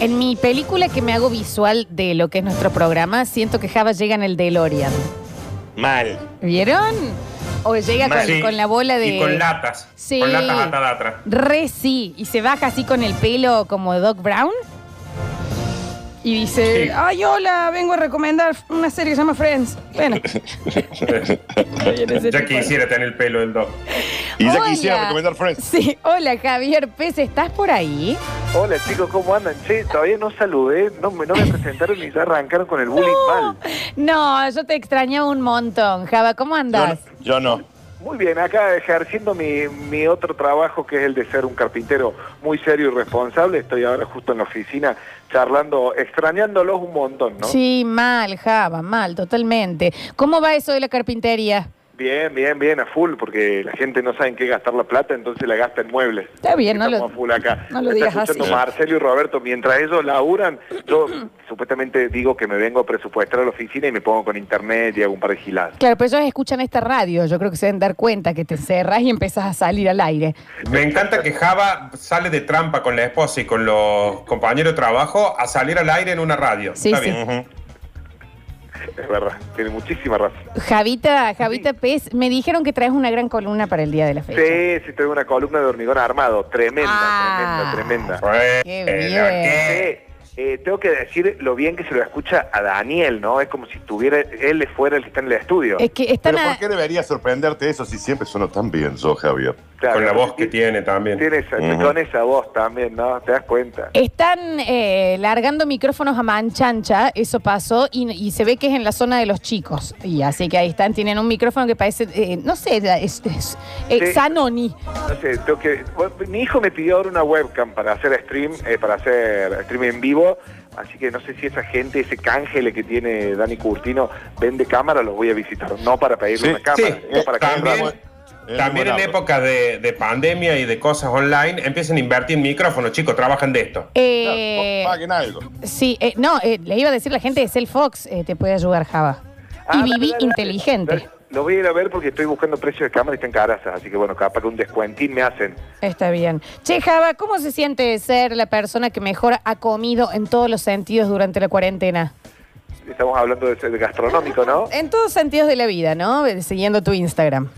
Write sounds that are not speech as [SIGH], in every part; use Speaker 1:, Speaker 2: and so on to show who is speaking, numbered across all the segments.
Speaker 1: En mi película que me hago visual de lo que es nuestro programa, siento que Java llega en el DeLorean.
Speaker 2: Mal.
Speaker 1: ¿Vieron? O llega con,
Speaker 2: Mal. Sí.
Speaker 1: con la bola de...
Speaker 2: Y con latas.
Speaker 1: Sí.
Speaker 2: Con latas atadas atrás.
Speaker 1: Re sí. Y se baja así con el pelo como Doc Brown. Y dice,
Speaker 2: Sí.
Speaker 1: ay, hola, vengo a recomendar una serie que se llama Friends. Bueno.
Speaker 2: ya quisiera tener el pelo del doc.
Speaker 3: Y ya
Speaker 1: Hola.
Speaker 3: quisiera recomendar Friends.
Speaker 1: Sí, hola Javier Pérez, ¿estás por ahí?
Speaker 4: Hola chicos, ¿cómo andan? Che, todavía no saludé, no, me- no me presentaron y ya arrancaron con el bullying mal.
Speaker 1: No, yo te extrañaba un montón. Java, ¿cómo
Speaker 3: Yo no,
Speaker 1: andas?
Speaker 3: yo no.
Speaker 4: Muy bien, acá ejerciendo mi, mi otro trabajo que es el de ser un carpintero muy serio y responsable. Estoy ahora justo en la oficina charlando, extrañándolos un montón, ¿no?
Speaker 1: Sí, mal, Java, mal, totalmente. ¿Cómo va eso de la carpintería?
Speaker 4: Bien, bien, bien, a full, porque la gente no sabe en qué gastar la plata, entonces la gasta en muebles.
Speaker 1: Está bien, no
Speaker 4: Estamos
Speaker 1: lo-
Speaker 4: a full acá.
Speaker 1: no lo
Speaker 4: Me
Speaker 1: digas
Speaker 4: Está escuchando
Speaker 1: así.
Speaker 4: Marcelo y Roberto, mientras ellos laburan,
Speaker 1: [CLEARS THROAT]
Speaker 4: yo supuestamente digo que me vengo a presupuestar a la oficina y me pongo con internet y hago un par de giladas.
Speaker 1: Claro, pero ellos escuchan esta radio, yo creo que se deben dar cuenta que te encerras y empezás a salir al aire.
Speaker 2: Me encanta que Java sale de trampa con la esposa y con los compañeros de trabajo a salir al aire en una radio.
Speaker 1: Sí,
Speaker 2: Está
Speaker 1: sí.
Speaker 2: bien.
Speaker 3: Ujú.
Speaker 4: Es verdad, tiene muchísima razón.
Speaker 1: Javita, Javita Pez, me dijeron que traes una gran columna para el día de la fecha.
Speaker 4: Sí, sí, tengo una columna de hormigón armado, tremenda,
Speaker 1: Ah.
Speaker 4: tremenda, tremenda.
Speaker 2: Eh,
Speaker 1: Qué
Speaker 2: eh,
Speaker 1: bien.
Speaker 2: eh,
Speaker 4: Eh, eh, tengo que decir lo bien que se lo escucha a Daniel, ¿no? Es como si estuviera él fuera el que está en el estudio.
Speaker 1: Es que están
Speaker 3: Pero
Speaker 1: a-
Speaker 3: ¿por qué debería sorprenderte eso si siempre suena tan bien yo, Javier?
Speaker 4: Claro,
Speaker 2: Con la voz que
Speaker 4: y-
Speaker 2: tiene también.
Speaker 4: tiene esa-
Speaker 3: Ujú.
Speaker 4: Con esa voz también, ¿no? ¿Te das cuenta?
Speaker 1: están eh, largando micrófonos a manchancha, eso pasó, y, y se ve que es en la zona de los chicos. Y así que ahí están, tienen un micrófono que parece, eh, no sé, es, es- eh,
Speaker 4: Sí.
Speaker 1: Zanoni.
Speaker 4: No sé, tengo que... bueno, Mi hijo me pidió ahora una webcam para hacer stream, eh, para hacer stream en vivo, así que no sé si esa gente, ese cángel que tiene Dani Curtino, vende cámara, los voy a visitar. No para pedirle
Speaker 3: Sí,
Speaker 4: una cámara,
Speaker 2: sí,
Speaker 4: no para que
Speaker 2: también-
Speaker 4: compramos-
Speaker 3: Es
Speaker 2: También en
Speaker 3: memorable.
Speaker 2: épocas de, de pandemia y de cosas online empiezan a invertir en micrófonos, chicos, trabajan de esto.
Speaker 3: Claro,
Speaker 1: Eh,
Speaker 3: Paguen algo.
Speaker 1: sí, eh, no, eh, le iba a decir la gente de Cell Fox eh, te puede ayudar, Java.
Speaker 4: Ah,
Speaker 1: y
Speaker 4: dale,
Speaker 1: viví
Speaker 4: dale, dale.
Speaker 1: inteligente.
Speaker 4: Dale, Lo voy a ir a ver porque estoy buscando precios de cámara y están caras, así que bueno, capaz que un descuentín me hacen.
Speaker 1: Está bien. Che, Java, ¿cómo se siente ser la persona que mejor ha comido en todos los sentidos durante la cuarentena?
Speaker 4: Estamos hablando de, ser gastronómico, ¿no?
Speaker 1: En todos los sentidos de la vida, ¿no? Eh, Siguiendo tu Instagram.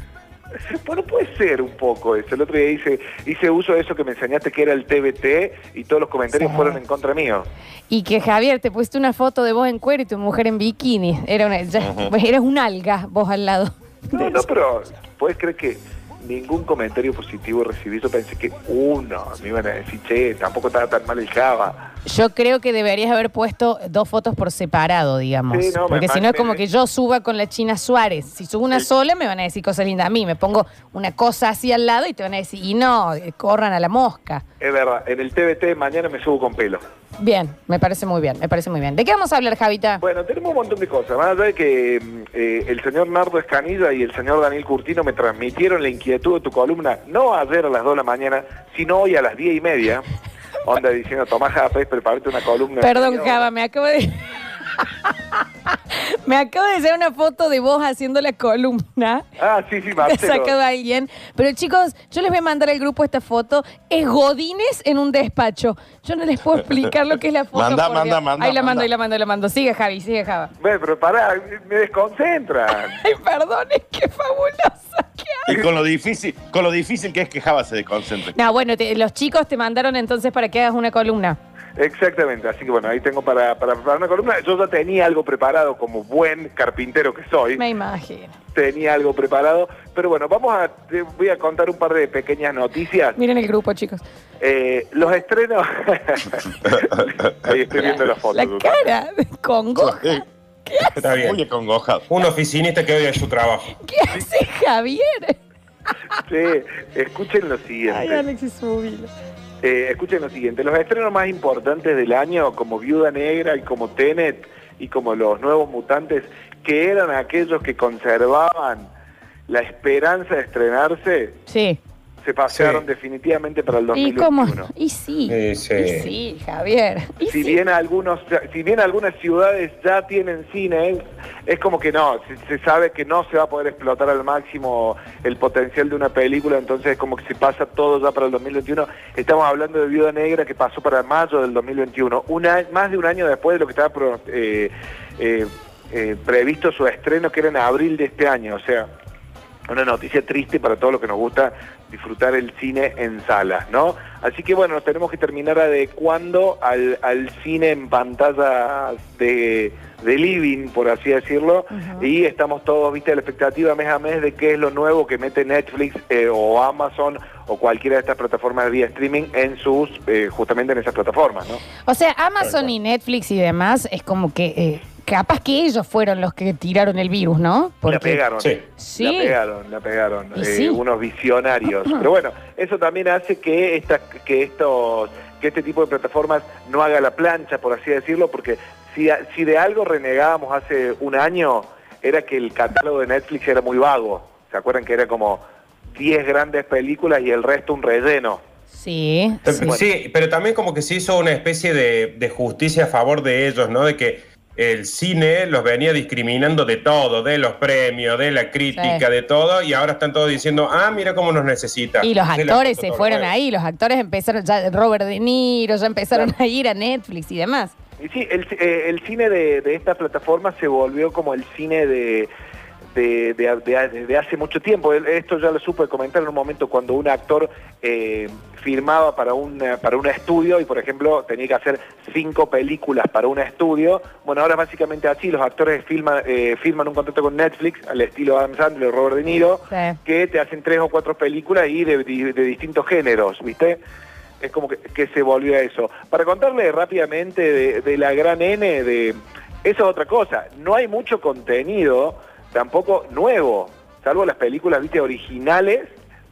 Speaker 4: Bueno, puede ser un poco eso. El otro día hice, hice uso de eso que me enseñaste que era el TBT y todos los comentarios
Speaker 1: Sí.
Speaker 4: fueron en contra mío.
Speaker 1: Y que Javier te pusiste una foto de vos en cuero y tu mujer en bikini. Era una, ya- Eras un alga vos al lado.
Speaker 4: No, no, pero puedes creer que ningún comentario positivo recibí. Yo pensé que uno me iban a decir, che, tampoco estaba tan mal el Java.
Speaker 1: Yo creo que deberías haber puesto dos fotos por separado, digamos.
Speaker 4: Sí, no, me
Speaker 1: Porque si no es
Speaker 4: parece-
Speaker 1: como que yo suba con la China Suárez. Si subo una sola, me van a decir cosas lindas a mí. Me pongo una cosa así al lado y te van a decir, y no, eh, corran a la mosca.
Speaker 4: Es verdad, en el TBT mañana me subo con pelo.
Speaker 1: Bien, me parece muy bien, me parece muy bien. ¿De qué vamos a hablar, Javita?
Speaker 4: Bueno, tenemos un montón de cosas. Más allá de que mm, eh, el señor Nardo Escanilla y el señor Daniel Curtino me transmitieron la inquietud de tu columna, no ayer a las 2 de la mañana, sino hoy a las 10 y media. Onda diciendo, Tomás Japes, prepárate una columna.
Speaker 1: Perdón,
Speaker 4: Señor,
Speaker 1: Java, me acabo de. [LAUGHS] me acabo de hacer una foto de vos haciendo la columna.
Speaker 4: Ah, sí, sí,
Speaker 1: Que ha [LAUGHS] sacado
Speaker 4: Marcelo.
Speaker 1: alguien. Pero chicos, yo les voy a mandar al grupo esta foto. Es Godines en un despacho. Yo no les puedo explicar lo que es la foto.
Speaker 3: Mandá,
Speaker 1: por Dios.
Speaker 3: mandá, mandá,
Speaker 1: Ahí la mando,
Speaker 3: mandá.
Speaker 1: ahí la mando, ahí la mando. Sigue, Javi, sigue, Java.
Speaker 4: Ve, pero pará, me desconcentran.
Speaker 1: Ay, perdón, es que fabulosa. ¿Qué
Speaker 3: Y con lo difícil, con lo difícil que es que Java se desconcentre.
Speaker 1: No, bueno, te- los chicos te mandaron entonces para que hagas una columna.
Speaker 4: Exactamente, así que bueno, ahí tengo para, para preparar una columna. Yo ya tenía algo preparado como buen carpintero que soy.
Speaker 1: Me imagino.
Speaker 4: Tenía algo preparado, pero bueno, vamos a, te voy a contar un par de pequeñas noticias.
Speaker 1: Miren el grupo, chicos.
Speaker 4: Eh, los estrenos.
Speaker 3: [LAUGHS]
Speaker 4: Ahí estoy viendo la foto.
Speaker 1: La cara de Congo.
Speaker 3: Eh,
Speaker 2: Está
Speaker 3: Muy
Speaker 2: bien.
Speaker 3: acongojado.
Speaker 2: Un oficinista que odia su trabajo.
Speaker 1: ¿Qué hace Javier?
Speaker 4: Sí, escuchen lo
Speaker 1: Ay,
Speaker 4: siguiente.
Speaker 1: Alexis Zúbila.
Speaker 4: Eh, escuchen lo siguiente, los estrenos más importantes del año, como Viuda Negra y como Tenet y como Los Nuevos Mutantes, que eran aquellos que conservaban la esperanza de estrenarse,
Speaker 1: Sí.
Speaker 4: se pasaron
Speaker 2: Sí.
Speaker 4: definitivamente para el
Speaker 1: ¿Y
Speaker 4: 2021.
Speaker 1: cómo? Y sí.
Speaker 2: Sí, sí.
Speaker 1: Y sí, Javier. Y
Speaker 4: si
Speaker 1: sí.
Speaker 4: bien algunos si bien algunas ciudades ya tienen cine es como que no se, se sabe que no se va a poder explotar al máximo el potencial de una película entonces es como que se pasa todo ya para el 2021 estamos hablando de Viuda Negra que pasó para mayo del 2021 un a- más de un año después de lo que estaba pro- eh, eh, eh, previsto su estreno que era en abril de este año o sea una noticia triste para todos los que nos gusta disfrutar el cine en salas, ¿no? Así que bueno, nos tenemos que terminar adecuando al, al cine en pantalla de, de living, por así decirlo,
Speaker 1: Ujú.
Speaker 4: y estamos todos, viste, a la expectativa mes a mes de qué es lo nuevo que mete Netflix eh, o Amazon o cualquiera de estas plataformas vía streaming en sus, eh, justamente en esas plataformas, ¿no?
Speaker 1: O sea, Amazon y Netflix y demás es como que eh, capaz que ellos fueron los que tiraron el virus, ¿no?
Speaker 4: La pegaron.
Speaker 2: Sí.
Speaker 1: Sí.
Speaker 4: La pegaron, la pegaron.
Speaker 1: Y
Speaker 4: eh,
Speaker 1: sí.
Speaker 4: Unos visionarios. Pero bueno, eso también hace que esta, que estos, que este tipo de plataformas no haga la plancha, por así decirlo, porque si, a- si de algo renegábamos hace un año, era que el catálogo de Netflix era muy vago. ¿Se acuerdan que era como 10 grandes películas y el resto un relleno?
Speaker 1: Sí.
Speaker 2: Pero- Em, Sí, pero también como que se hizo una especie de, de justicia a favor de ellos, ¿no? De que el cine los venía discriminando de todo, de los premios, de la crítica,
Speaker 1: Sí.
Speaker 2: de todo, y ahora están todos diciendo, ah, mira cómo nos necesita.
Speaker 1: Y los
Speaker 2: Sí, la
Speaker 1: actores
Speaker 2: puso
Speaker 1: se
Speaker 2: todo
Speaker 1: fueron
Speaker 2: nuevo.
Speaker 1: ahí, los actores empezaron, ya Robert De Niro, ya empezaron a ir a Netflix y demás.
Speaker 4: Y sí, el, ci- eh, el cine de, de esta plataforma se volvió como el cine de, de, de- de- de hace mucho tiempo. El- Esto ya lo supe comentar en un momento cuando un actor eh, firmaba para un, eh, para un estudio y, por ejemplo, tenía que hacer cinco películas para un estudio. Bueno, ahora básicamente así, los actores filman, eh, firman un contrato con Netflix al estilo Adam Sandler, Robert De Niro,
Speaker 1: Sí.
Speaker 4: que te hacen tres o cuatro películas y de, de- de distintos géneros, ¿viste? Es como que, que se volvió a eso. Para contarle rápidamente de, de la gran N, de eso es otra cosa. No hay mucho contenido, tampoco nuevo, salvo las películas, viste, originales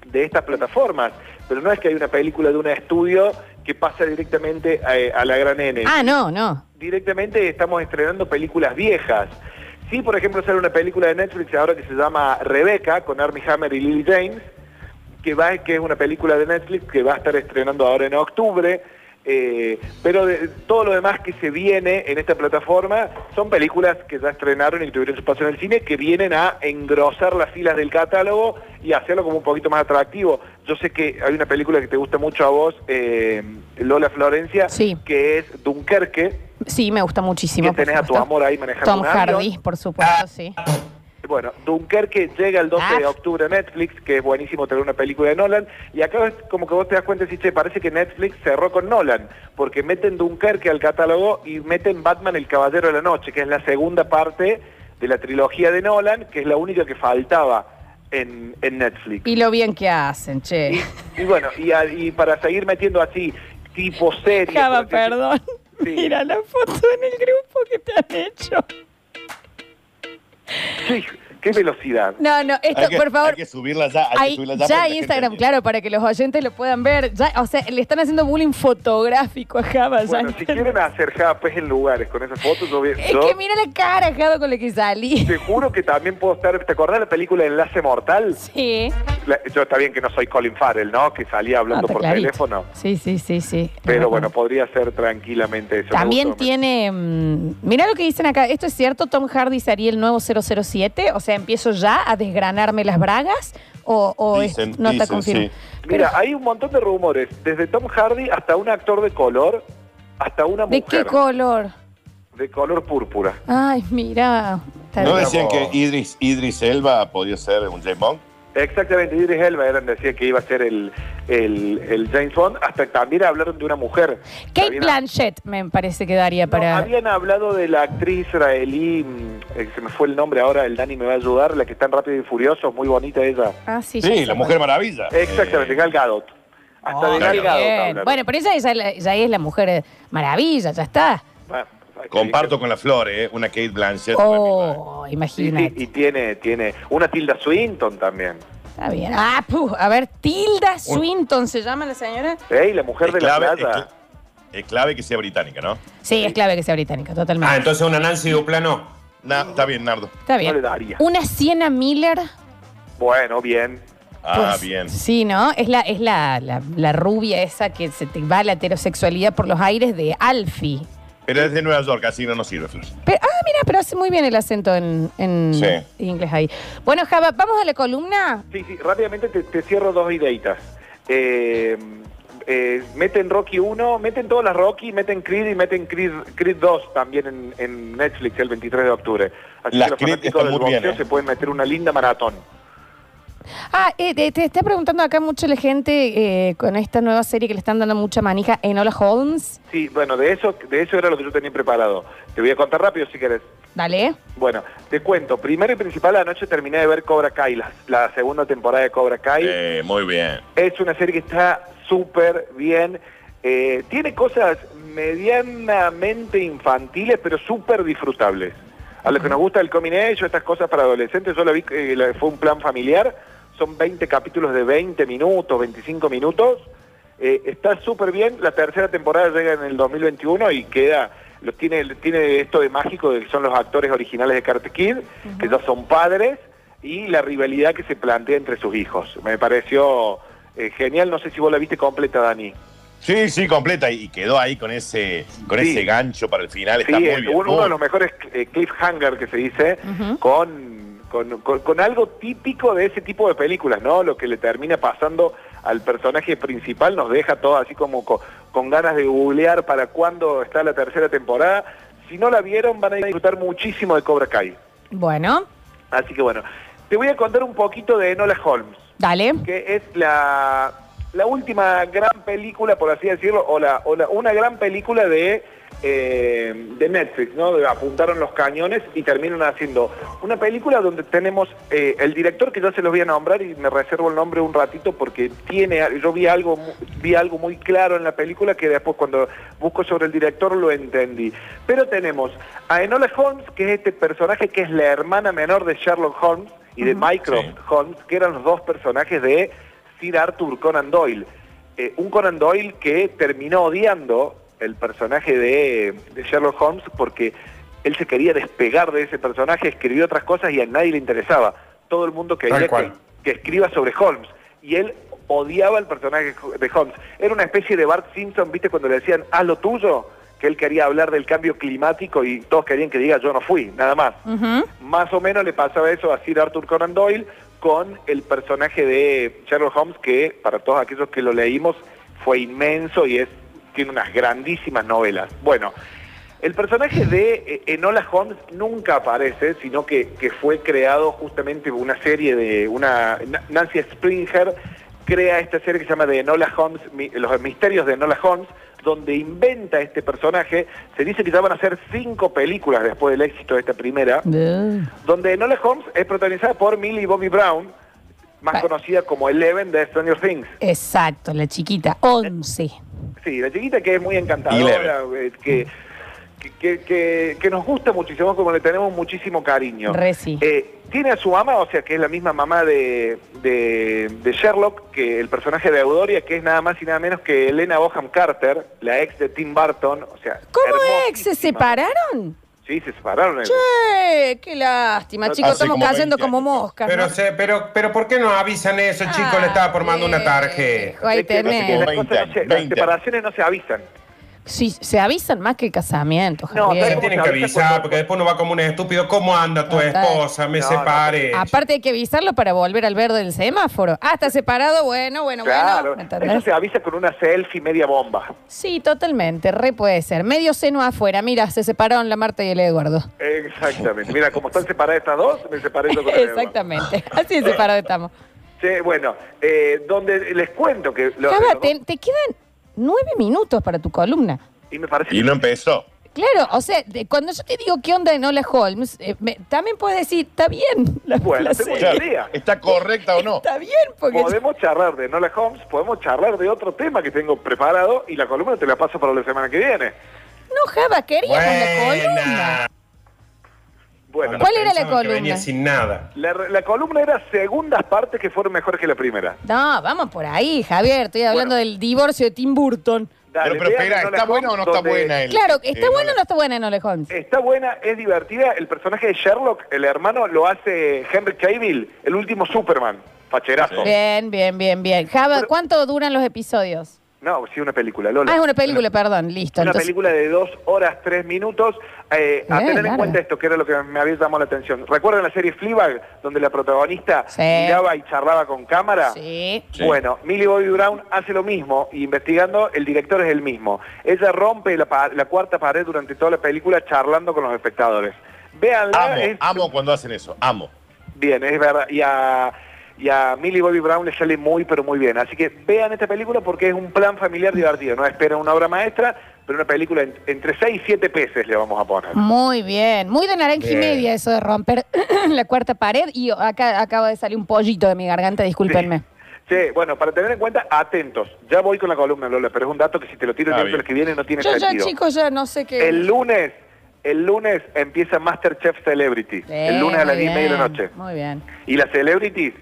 Speaker 4: de estas plataformas. Pero no es que hay una película de un estudio que pasa directamente eh, a, la gran N
Speaker 1: Ah, no, no.
Speaker 4: directamente estamos estrenando películas viejas. Sí, por ejemplo, sale una película de Netflix ahora que se llama Rebeca con Armie Hammer y Lily James, que, va, que es una película de Netflix que va a estar estrenando ahora en octubre. eh, pero de- todo lo demás que se viene en esta plataforma son películas que ya estrenaron y que tuvieron su paso en el cine que vienen a engrosar las filas del catálogo y hacerlo como un poquito más atractivo. Yo sé que hay una película que te gusta mucho a vos, eh, Lola Florencia,
Speaker 1: Sí.
Speaker 4: que es Dunkerque,
Speaker 1: Sí, me gusta muchísimo.
Speaker 4: que
Speaker 1: por
Speaker 4: tenés a tu
Speaker 1: supuesto.
Speaker 4: amor ahí manejando
Speaker 1: Tom
Speaker 4: un avión.
Speaker 1: Hardy, por supuesto, sí.
Speaker 4: Bueno, Dunkerque llega el 12 de
Speaker 1: Ah.
Speaker 4: octubre a Netflix, que es buenísimo tener una película de Nolan, y acá es como que vos te das cuenta y dices, "Che, parece que Netflix cerró con Nolan, porque meten Dunkerque al catálogo y meten Batman el Caballero de la Noche, que es la segunda parte de la trilogía de Nolan, que es la única que faltaba en, en Netflix.
Speaker 1: Y lo bien que hacen, [LAUGHS] che.
Speaker 4: Y, y bueno, y, a- y para seguir metiendo así, tipo series...
Speaker 1: Java,
Speaker 4: por así decirlo.
Speaker 1: perdón.
Speaker 4: Sí.
Speaker 1: Mira la foto en el grupo que te han hecho.
Speaker 4: Sí, qué velocidad.
Speaker 1: No, no, esto,
Speaker 3: Hay que-
Speaker 1: por favor.
Speaker 3: Hay que subirla ya. Hay
Speaker 1: Ahí,
Speaker 3: que subirla ya.
Speaker 1: ya
Speaker 3: para que
Speaker 1: hay
Speaker 3: la
Speaker 1: Instagram,
Speaker 3: gente entienda.
Speaker 1: claro, para que los oyentes lo puedan ver. Ya, o sea, le están haciendo bullying fotográfico a Java. ya
Speaker 4: Bueno, si
Speaker 1: entendí.
Speaker 4: quieren hacer japes en lugares con esas fotos, yo, voy-
Speaker 1: es
Speaker 4: yo
Speaker 1: que mira la cara, Java, con la que salí.
Speaker 4: te juro que también puedo estar. ¿Te acordás de la película Enlace Mortal?
Speaker 1: Sí.
Speaker 4: La- yo está bien que no soy Colin Farrell, ¿no? Que salía
Speaker 1: No,
Speaker 4: hablando
Speaker 1: Ah, está
Speaker 4: por
Speaker 1: clarito.
Speaker 4: teléfono.
Speaker 1: Sí, sí, sí, sí.
Speaker 4: Pero
Speaker 1: No,
Speaker 4: bueno,
Speaker 1: no.
Speaker 4: podría ser tranquilamente eso. me
Speaker 1: También
Speaker 4: gustó.
Speaker 1: tiene. mm, mira lo que dicen acá. ¿Esto es cierto? ¿Tom Hardy sería el nuevo 007? O sea, ¿empiezo ya a desgranarme las bragas? ¿O, o es-
Speaker 3: Dicen,
Speaker 1: pues, no está
Speaker 3: dicen,
Speaker 1: confirmado?
Speaker 3: sí.
Speaker 4: Mira, hay un montón de rumores. Desde Tom Hardy hasta un actor de color, hasta una
Speaker 1: ¿De qué
Speaker 4: mujer
Speaker 1: color?
Speaker 4: de color púrpura.
Speaker 1: Ay, mira. Está
Speaker 3: ¿No
Speaker 1: bien.
Speaker 3: decían que
Speaker 4: Bravo.
Speaker 3: Idris, Idris Elba podía ser un James Bond?
Speaker 4: Exactamente, Idris Elba eran, decía que iba a ser el, el, el James Bond, hasta también hablaron de una mujer.
Speaker 1: Kate
Speaker 4: Habían-
Speaker 1: Blanchett me parece que daría
Speaker 4: No,
Speaker 1: para.
Speaker 4: habían hablado de la actriz israelí, mm, eh, se me fue el nombre ahora, el Dani me va a ayudar, la que está en Rápido y Furioso, muy bonita ella.
Speaker 1: Ah, sí,
Speaker 3: Sí,
Speaker 1: ya sé
Speaker 3: la
Speaker 1: cuál.
Speaker 3: Mujer Maravilla.
Speaker 4: Exactamente,
Speaker 3: Eh, Ah,
Speaker 4: Gal Gadot. Hasta de Gal
Speaker 3: Gal
Speaker 4: Gadot.
Speaker 1: Bien.
Speaker 4: hablaron.
Speaker 1: Bueno, pero ella ya, la- ya es la mujer eh, maravilla, ya está.
Speaker 4: Bueno, hay que-
Speaker 3: comparto con la flor, ¿eh? Una Kate Blanchett.
Speaker 1: Oh,
Speaker 4: Sí, sí,
Speaker 1: imagínate.
Speaker 4: y tiene, tiene una Tilda Swinton también.
Speaker 1: Está bien. Ah, puh. A ver, Tilda Swinton se llama la señora.
Speaker 4: Ey, ¿eh? la mujer
Speaker 3: Es
Speaker 4: de la
Speaker 3: clave, es,
Speaker 4: playa.
Speaker 3: cl- es clave que sea británica, ¿no?
Speaker 1: Sí, es clave que sea británica, totalmente.
Speaker 2: Ah, entonces una Nancy Duplano.
Speaker 3: Na- está bien, Nardo.
Speaker 1: Está bien.
Speaker 4: No le daría.
Speaker 1: Una Siena Miller.
Speaker 4: Bueno, bien.
Speaker 3: Ah,
Speaker 1: pues,
Speaker 3: bien.
Speaker 1: Sí, ¿no? Es la, es la, la, la rubia esa que se te va la heterosexualidad por los aires de Alfie.
Speaker 3: Pero es de Nueva York, así no nos sirve, Flor.
Speaker 1: Pero- ah, mira, pero hace muy bien el acento en, en
Speaker 3: Sí.
Speaker 1: inglés ahí. Bueno, Java, vamos a la columna.
Speaker 4: Sí, sí, rápidamente te, te cierro dos ideitas. Eh, eh, meten Rocky 1, meten todas las Rocky, meten Creed y meten Creed, Creed 2 también en, en Netflix el 23 de octubre. Así
Speaker 3: Las
Speaker 4: que los
Speaker 3: Creed
Speaker 4: fanáticos
Speaker 3: están
Speaker 4: del
Speaker 3: muy bien,
Speaker 4: boxeo
Speaker 3: ¿eh?
Speaker 4: se pueden meter una linda maratón.
Speaker 1: Ah, eh, te, te está preguntando acá mucho la gente eh, con esta nueva serie que le están dando mucha manija, Enola Holmes.
Speaker 4: Sí, bueno, de eso, de eso era lo que yo tenía preparado. Te voy a contar rápido si querés.
Speaker 1: Dale.
Speaker 4: Bueno, te cuento. Primero y principal, anoche terminé de ver Cobra Kai, la, la segunda temporada de Cobra Kai.
Speaker 3: Eh, muy bien.
Speaker 4: Es una serie que está súper bien. Eh, tiene cosas medianamente infantiles, pero súper disfrutables. A los que nos gusta el yo estas cosas para adolescentes, yo la vi, eh, la- fue un plan familiar. Son 20 capítulos de 20 minutos, 25 minutos. Eh, está súper bien. La tercera temporada llega en el 2021 y queda... Los tiene, tiene esto de mágico de que son los actores originales de Karate Kid, que ya son padres y la rivalidad que se plantea entre sus hijos. Me pareció eh, genial, no sé si vos la viste completa, Dani.
Speaker 3: Sí, sí, completa. Y quedó ahí con ese, con
Speaker 4: Sí.
Speaker 3: ese gancho para el final.
Speaker 4: Sí,
Speaker 3: Está muy
Speaker 4: es
Speaker 3: bien. Oh.
Speaker 4: un- uno
Speaker 3: Muy-
Speaker 4: de los mejores eh, cliffhanger que se dice,
Speaker 1: Ujú.
Speaker 4: con, con- con- con algo típico de ese tipo de películas, ¿no? Lo que le termina pasando al personaje principal nos deja todo así como co- con, ganas de googlear para cuándo está la tercera temporada. Si no la vieron, van a disfrutar muchísimo de Cobra Kai.
Speaker 1: Bueno,
Speaker 4: Así que bueno, te voy a contar un poquito de Enola Holmes.
Speaker 1: dale.
Speaker 4: que es la, la última gran película, por así decirlo, o, la, o la- una gran película de, eh, de Netflix, ¿no? De- Apuntaron los cañones y terminan haciendo una película donde tenemos eh, el director que yo se los voy a nombrar y me reservo el nombre un ratito porque tiene, yo vi algo, mu- vi algo muy claro en la película que después cuando busco sobre el director lo entendí. Pero tenemos a Enola Holmes, que es este personaje que es la hermana menor de Sherlock Holmes y de Mycroft
Speaker 3: Sí.
Speaker 4: Holmes, que eran los dos personajes de Sir Arthur Conan Doyle. Eh, un Conan Doyle que terminó odiando el personaje de, de Sherlock Holmes porque él se quería despegar de ese personaje, escribió otras cosas y a nadie le interesaba. Todo el mundo quería
Speaker 2: Tal
Speaker 4: que,
Speaker 2: cual.
Speaker 4: que escriba sobre Holmes. Y él odiaba el personaje de Holmes. Era una especie de Bart Simpson, ¿viste? Cuando le decían, haz lo tuyo, que él quería hablar del cambio climático y todos querían que diga, yo no fui, nada más.
Speaker 1: Ujú.
Speaker 4: Más o menos le pasaba eso a Sir Arthur Conan Doyle con el personaje de Sherlock Holmes, que para todos aquellos que lo leímos fue inmenso y es, tiene unas grandísimas novelas. Bueno, el personaje de eh, Enola Holmes nunca aparece, sino que, que fue creado justamente por una serie de una Na- Nancy Springer crea esta serie que se llama de Enola Holmes, Mi- los misterios de Enola Holmes, donde inventa este personaje. Se dice que ya van a ser cinco películas después del éxito de esta primera
Speaker 1: Eh.
Speaker 4: donde Enola Holmes es protagonizada por Millie Bobby Brown, más
Speaker 1: Bueno.
Speaker 4: conocida como Eleven de Stranger Things.
Speaker 1: Exacto, la chiquita, 11.
Speaker 4: Sí, la chiquita que es muy encantadora, eh, que, que- que, que- que nos gusta muchísimo, como le tenemos muchísimo cariño.
Speaker 1: Re sí.
Speaker 4: Eh, tiene a su mamá, o sea, que es la misma mamá de, de- de Sherlock, que el personaje de Eudoria, que es nada más y nada menos que Elena Boham Carter, la ex de Tim Burton. O sea,
Speaker 1: ¿Cómo es? ¿Se
Speaker 4: hermosísima.
Speaker 1: separaron?
Speaker 4: Sí, se separaron.
Speaker 1: Che, qué lástima,
Speaker 4: Hace
Speaker 1: chicos, estamos
Speaker 3: como
Speaker 1: cayendo
Speaker 3: 20
Speaker 1: como
Speaker 3: años.
Speaker 1: moscas.
Speaker 2: Pero,
Speaker 1: ¿no?
Speaker 2: se- pero, pero ¿por qué no avisan eso? El chico le estaba formando una tarjeta.
Speaker 1: Ah, Ahí
Speaker 4: Es que- es que
Speaker 1: tenés.
Speaker 4: las
Speaker 3: 20
Speaker 4: cosas no
Speaker 3: años,
Speaker 4: se- las
Speaker 3: 20 años.
Speaker 4: separaciones no se avisan.
Speaker 1: Sí, se avisan más que el casamiento,
Speaker 4: No,
Speaker 2: Se
Speaker 1: Javier.
Speaker 4: pero-
Speaker 2: tienen que avisar porque después uno va como un estúpido. ¿Cómo anda tu
Speaker 1: Total.
Speaker 2: esposa? Me
Speaker 4: No, no,
Speaker 2: separé.
Speaker 1: Aparte hay que avisarlo para volver al verde del semáforo. Ah, está separado, bueno, bueno,
Speaker 4: Claro,
Speaker 1: bueno. ¿me
Speaker 4: eso
Speaker 1: entendés?
Speaker 4: se avisa con una selfie media bomba.
Speaker 1: Sí, totalmente, re puede ser. Medio seno afuera, mira, se separaron la Marta y el Eduardo.
Speaker 4: Exactamente. Mira, como están separadas estas dos, me separé
Speaker 1: [LAUGHS]
Speaker 4: yo con el Eduardo.
Speaker 1: Exactamente, así de separados estamos.
Speaker 4: Sí, bueno, eh, donde les cuento que... [LAUGHS] lo-
Speaker 1: Java,
Speaker 4: lo-
Speaker 1: te, te quedan nueve minutos para tu columna.
Speaker 4: y me parece...
Speaker 3: Y no empezó.
Speaker 1: Claro, o sea, de- cuando yo te digo qué onda en Hola Holmes, eh, me- también puedes decir, está bien. La,
Speaker 4: Bueno,
Speaker 1: la
Speaker 4: tengo
Speaker 1: serie
Speaker 3: Claro,
Speaker 4: idea.
Speaker 3: ¿Está correcta o no?
Speaker 1: está bien, porque
Speaker 4: Podemos charlar de Nola Holmes, podemos charlar de otro tema que tengo preparado y la columna te la paso para la semana que viene.
Speaker 1: no, Java, queríamos la
Speaker 2: Buena.
Speaker 1: columna.
Speaker 4: Bueno,
Speaker 2: Cuando
Speaker 1: ¿Cuál era la
Speaker 2: pensaban que
Speaker 1: columna?
Speaker 2: Venía sin nada.
Speaker 4: la, la columna era segundas partes que fueron mejores que la primera.
Speaker 1: No, vamos por ahí, Javier. Estoy hablando
Speaker 4: Bueno.
Speaker 1: del divorcio de Tim Burton.
Speaker 4: Dale,
Speaker 3: pero, pero
Speaker 4: vean
Speaker 3: espera,
Speaker 4: Enola
Speaker 3: ¿está buena o
Speaker 4: Holmes,
Speaker 3: no está
Speaker 4: donde-
Speaker 3: buena? El,
Speaker 1: claro, ¿está bueno
Speaker 3: eh,
Speaker 1: o
Speaker 3: Nola?
Speaker 1: no está buena Enola Holmes?
Speaker 4: Está buena, es divertida. El personaje de Sherlock, el hermano, lo hace Henry Cavill, el último Superman. Facherazo.
Speaker 1: Bien, bien, bien, bien. Java,
Speaker 4: Bueno.
Speaker 1: ¿cuánto duran los episodios?
Speaker 4: No, sí, una película, Lola.
Speaker 1: Ah, es una película, perdón, listo.
Speaker 4: Una
Speaker 1: entonces.
Speaker 4: película de dos horas, tres minutos. Eh, a
Speaker 1: Bien,
Speaker 4: tener
Speaker 1: larga.
Speaker 4: en cuenta esto, que era lo que me había llamado la atención. ¿Recuerdan la serie Fleabag, donde la protagonista
Speaker 1: Sí.
Speaker 4: miraba y charlaba con cámara?
Speaker 1: Sí.
Speaker 3: Sí.
Speaker 4: Bueno, Millie Bobby Brown hace lo mismo, y investigando, el director es el mismo. Ella rompe la, pa- la cuarta pared durante toda la película charlando con los espectadores. Véanla,
Speaker 3: Amo,
Speaker 4: Ah, es-
Speaker 3: amo cuando hacen eso, amo.
Speaker 4: Bien, es verdad. Y a, y a Millie Bobby Brown le sale muy, pero muy bien. Así que vean esta película porque es un plan familiar divertido. No esperen una obra maestra, pero una película en- entre 6 y 7 peces le vamos a poner.
Speaker 1: Muy bien, muy de naranja y
Speaker 2: Bien.
Speaker 1: media eso de romper [CLEARS THROAT] la cuarta pared y acá acaba de salir un pollito de mi garganta, discúlpenme.
Speaker 4: Sí, bueno, para tener en cuenta, atentos. Ya voy con la columna, Lola, pero es un dato que si te lo tiro el
Speaker 3: Ah,
Speaker 4: miércoles
Speaker 3: bien.
Speaker 4: que viene no tiene
Speaker 1: Yo ya,
Speaker 4: sentido.
Speaker 1: chicos, ya no sé qué.
Speaker 4: el lunes, el lunes empieza Masterchef Celebrity.
Speaker 1: Bien,
Speaker 4: el lunes a las
Speaker 1: muy
Speaker 4: 10 y media de la
Speaker 1: bien,
Speaker 4: noche.
Speaker 1: Muy bien.
Speaker 4: Y las celebrities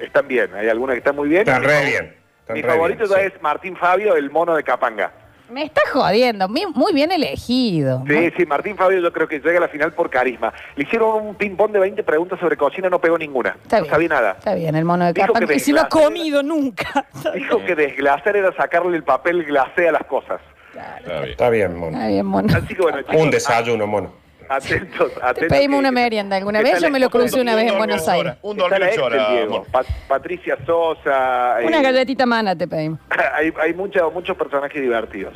Speaker 4: están bien. Hay algunas que están muy bien.
Speaker 2: Está re bien. está
Speaker 4: Este Mi
Speaker 2: re
Speaker 4: favorito
Speaker 2: bien,
Speaker 4: ya
Speaker 2: sí.
Speaker 4: es este. Martín Fabio, el mono de Capanga.
Speaker 1: Me está jodiendo, mi- muy bien elegido.
Speaker 4: Sí, sí, Martín Fabio yo creo que llega a la final por carisma. Le hicieron un ping-pong de 20 preguntas sobre cocina, no pegó ninguna.
Speaker 1: Está
Speaker 4: no
Speaker 1: bien.
Speaker 4: sabía nada.
Speaker 1: Está bien, el mono de
Speaker 4: Dijo
Speaker 1: capa.
Speaker 4: que
Speaker 1: Y si no ha
Speaker 4: desgracia.
Speaker 1: comido nunca.
Speaker 4: Dijo que desglasar era sacarle el papel glacé a las cosas.
Speaker 3: Está bien.
Speaker 2: Está bien, mono.
Speaker 1: Está bien,
Speaker 4: [LAUGHS]
Speaker 1: mono.
Speaker 4: Así que bueno,
Speaker 2: Un
Speaker 4: chicos,
Speaker 2: desayuno, mono.
Speaker 4: a- atentos,
Speaker 1: Te
Speaker 4: atentos.
Speaker 1: pedimos
Speaker 4: que-
Speaker 1: una merienda alguna
Speaker 4: que
Speaker 1: vez,
Speaker 4: está
Speaker 1: yo
Speaker 4: la
Speaker 1: me lo
Speaker 4: esposa
Speaker 1: crucé una vez en
Speaker 3: Un
Speaker 1: Buenos
Speaker 3: dormir
Speaker 1: Aires.
Speaker 3: llora, Un
Speaker 4: Está la
Speaker 3: dormir
Speaker 4: ex del
Speaker 3: llora,
Speaker 4: Diego,
Speaker 3: amor.
Speaker 4: Pa- Patricia Sosa. eh,
Speaker 1: Una galletita mana te pedimos.
Speaker 4: [LAUGHS] hay hay mucha- muchos personajes divertidos.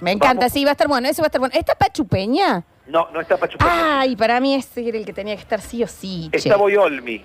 Speaker 1: Me encanta,
Speaker 4: Vamos.
Speaker 1: sí, va a estar bueno, eso va a estar bueno. ¿Está Pachupeña?
Speaker 4: No, no está Pachuca.
Speaker 1: Ay, para mí ese era el que tenía que estar sí o Ah, sí. che.
Speaker 4: está Boyolmi.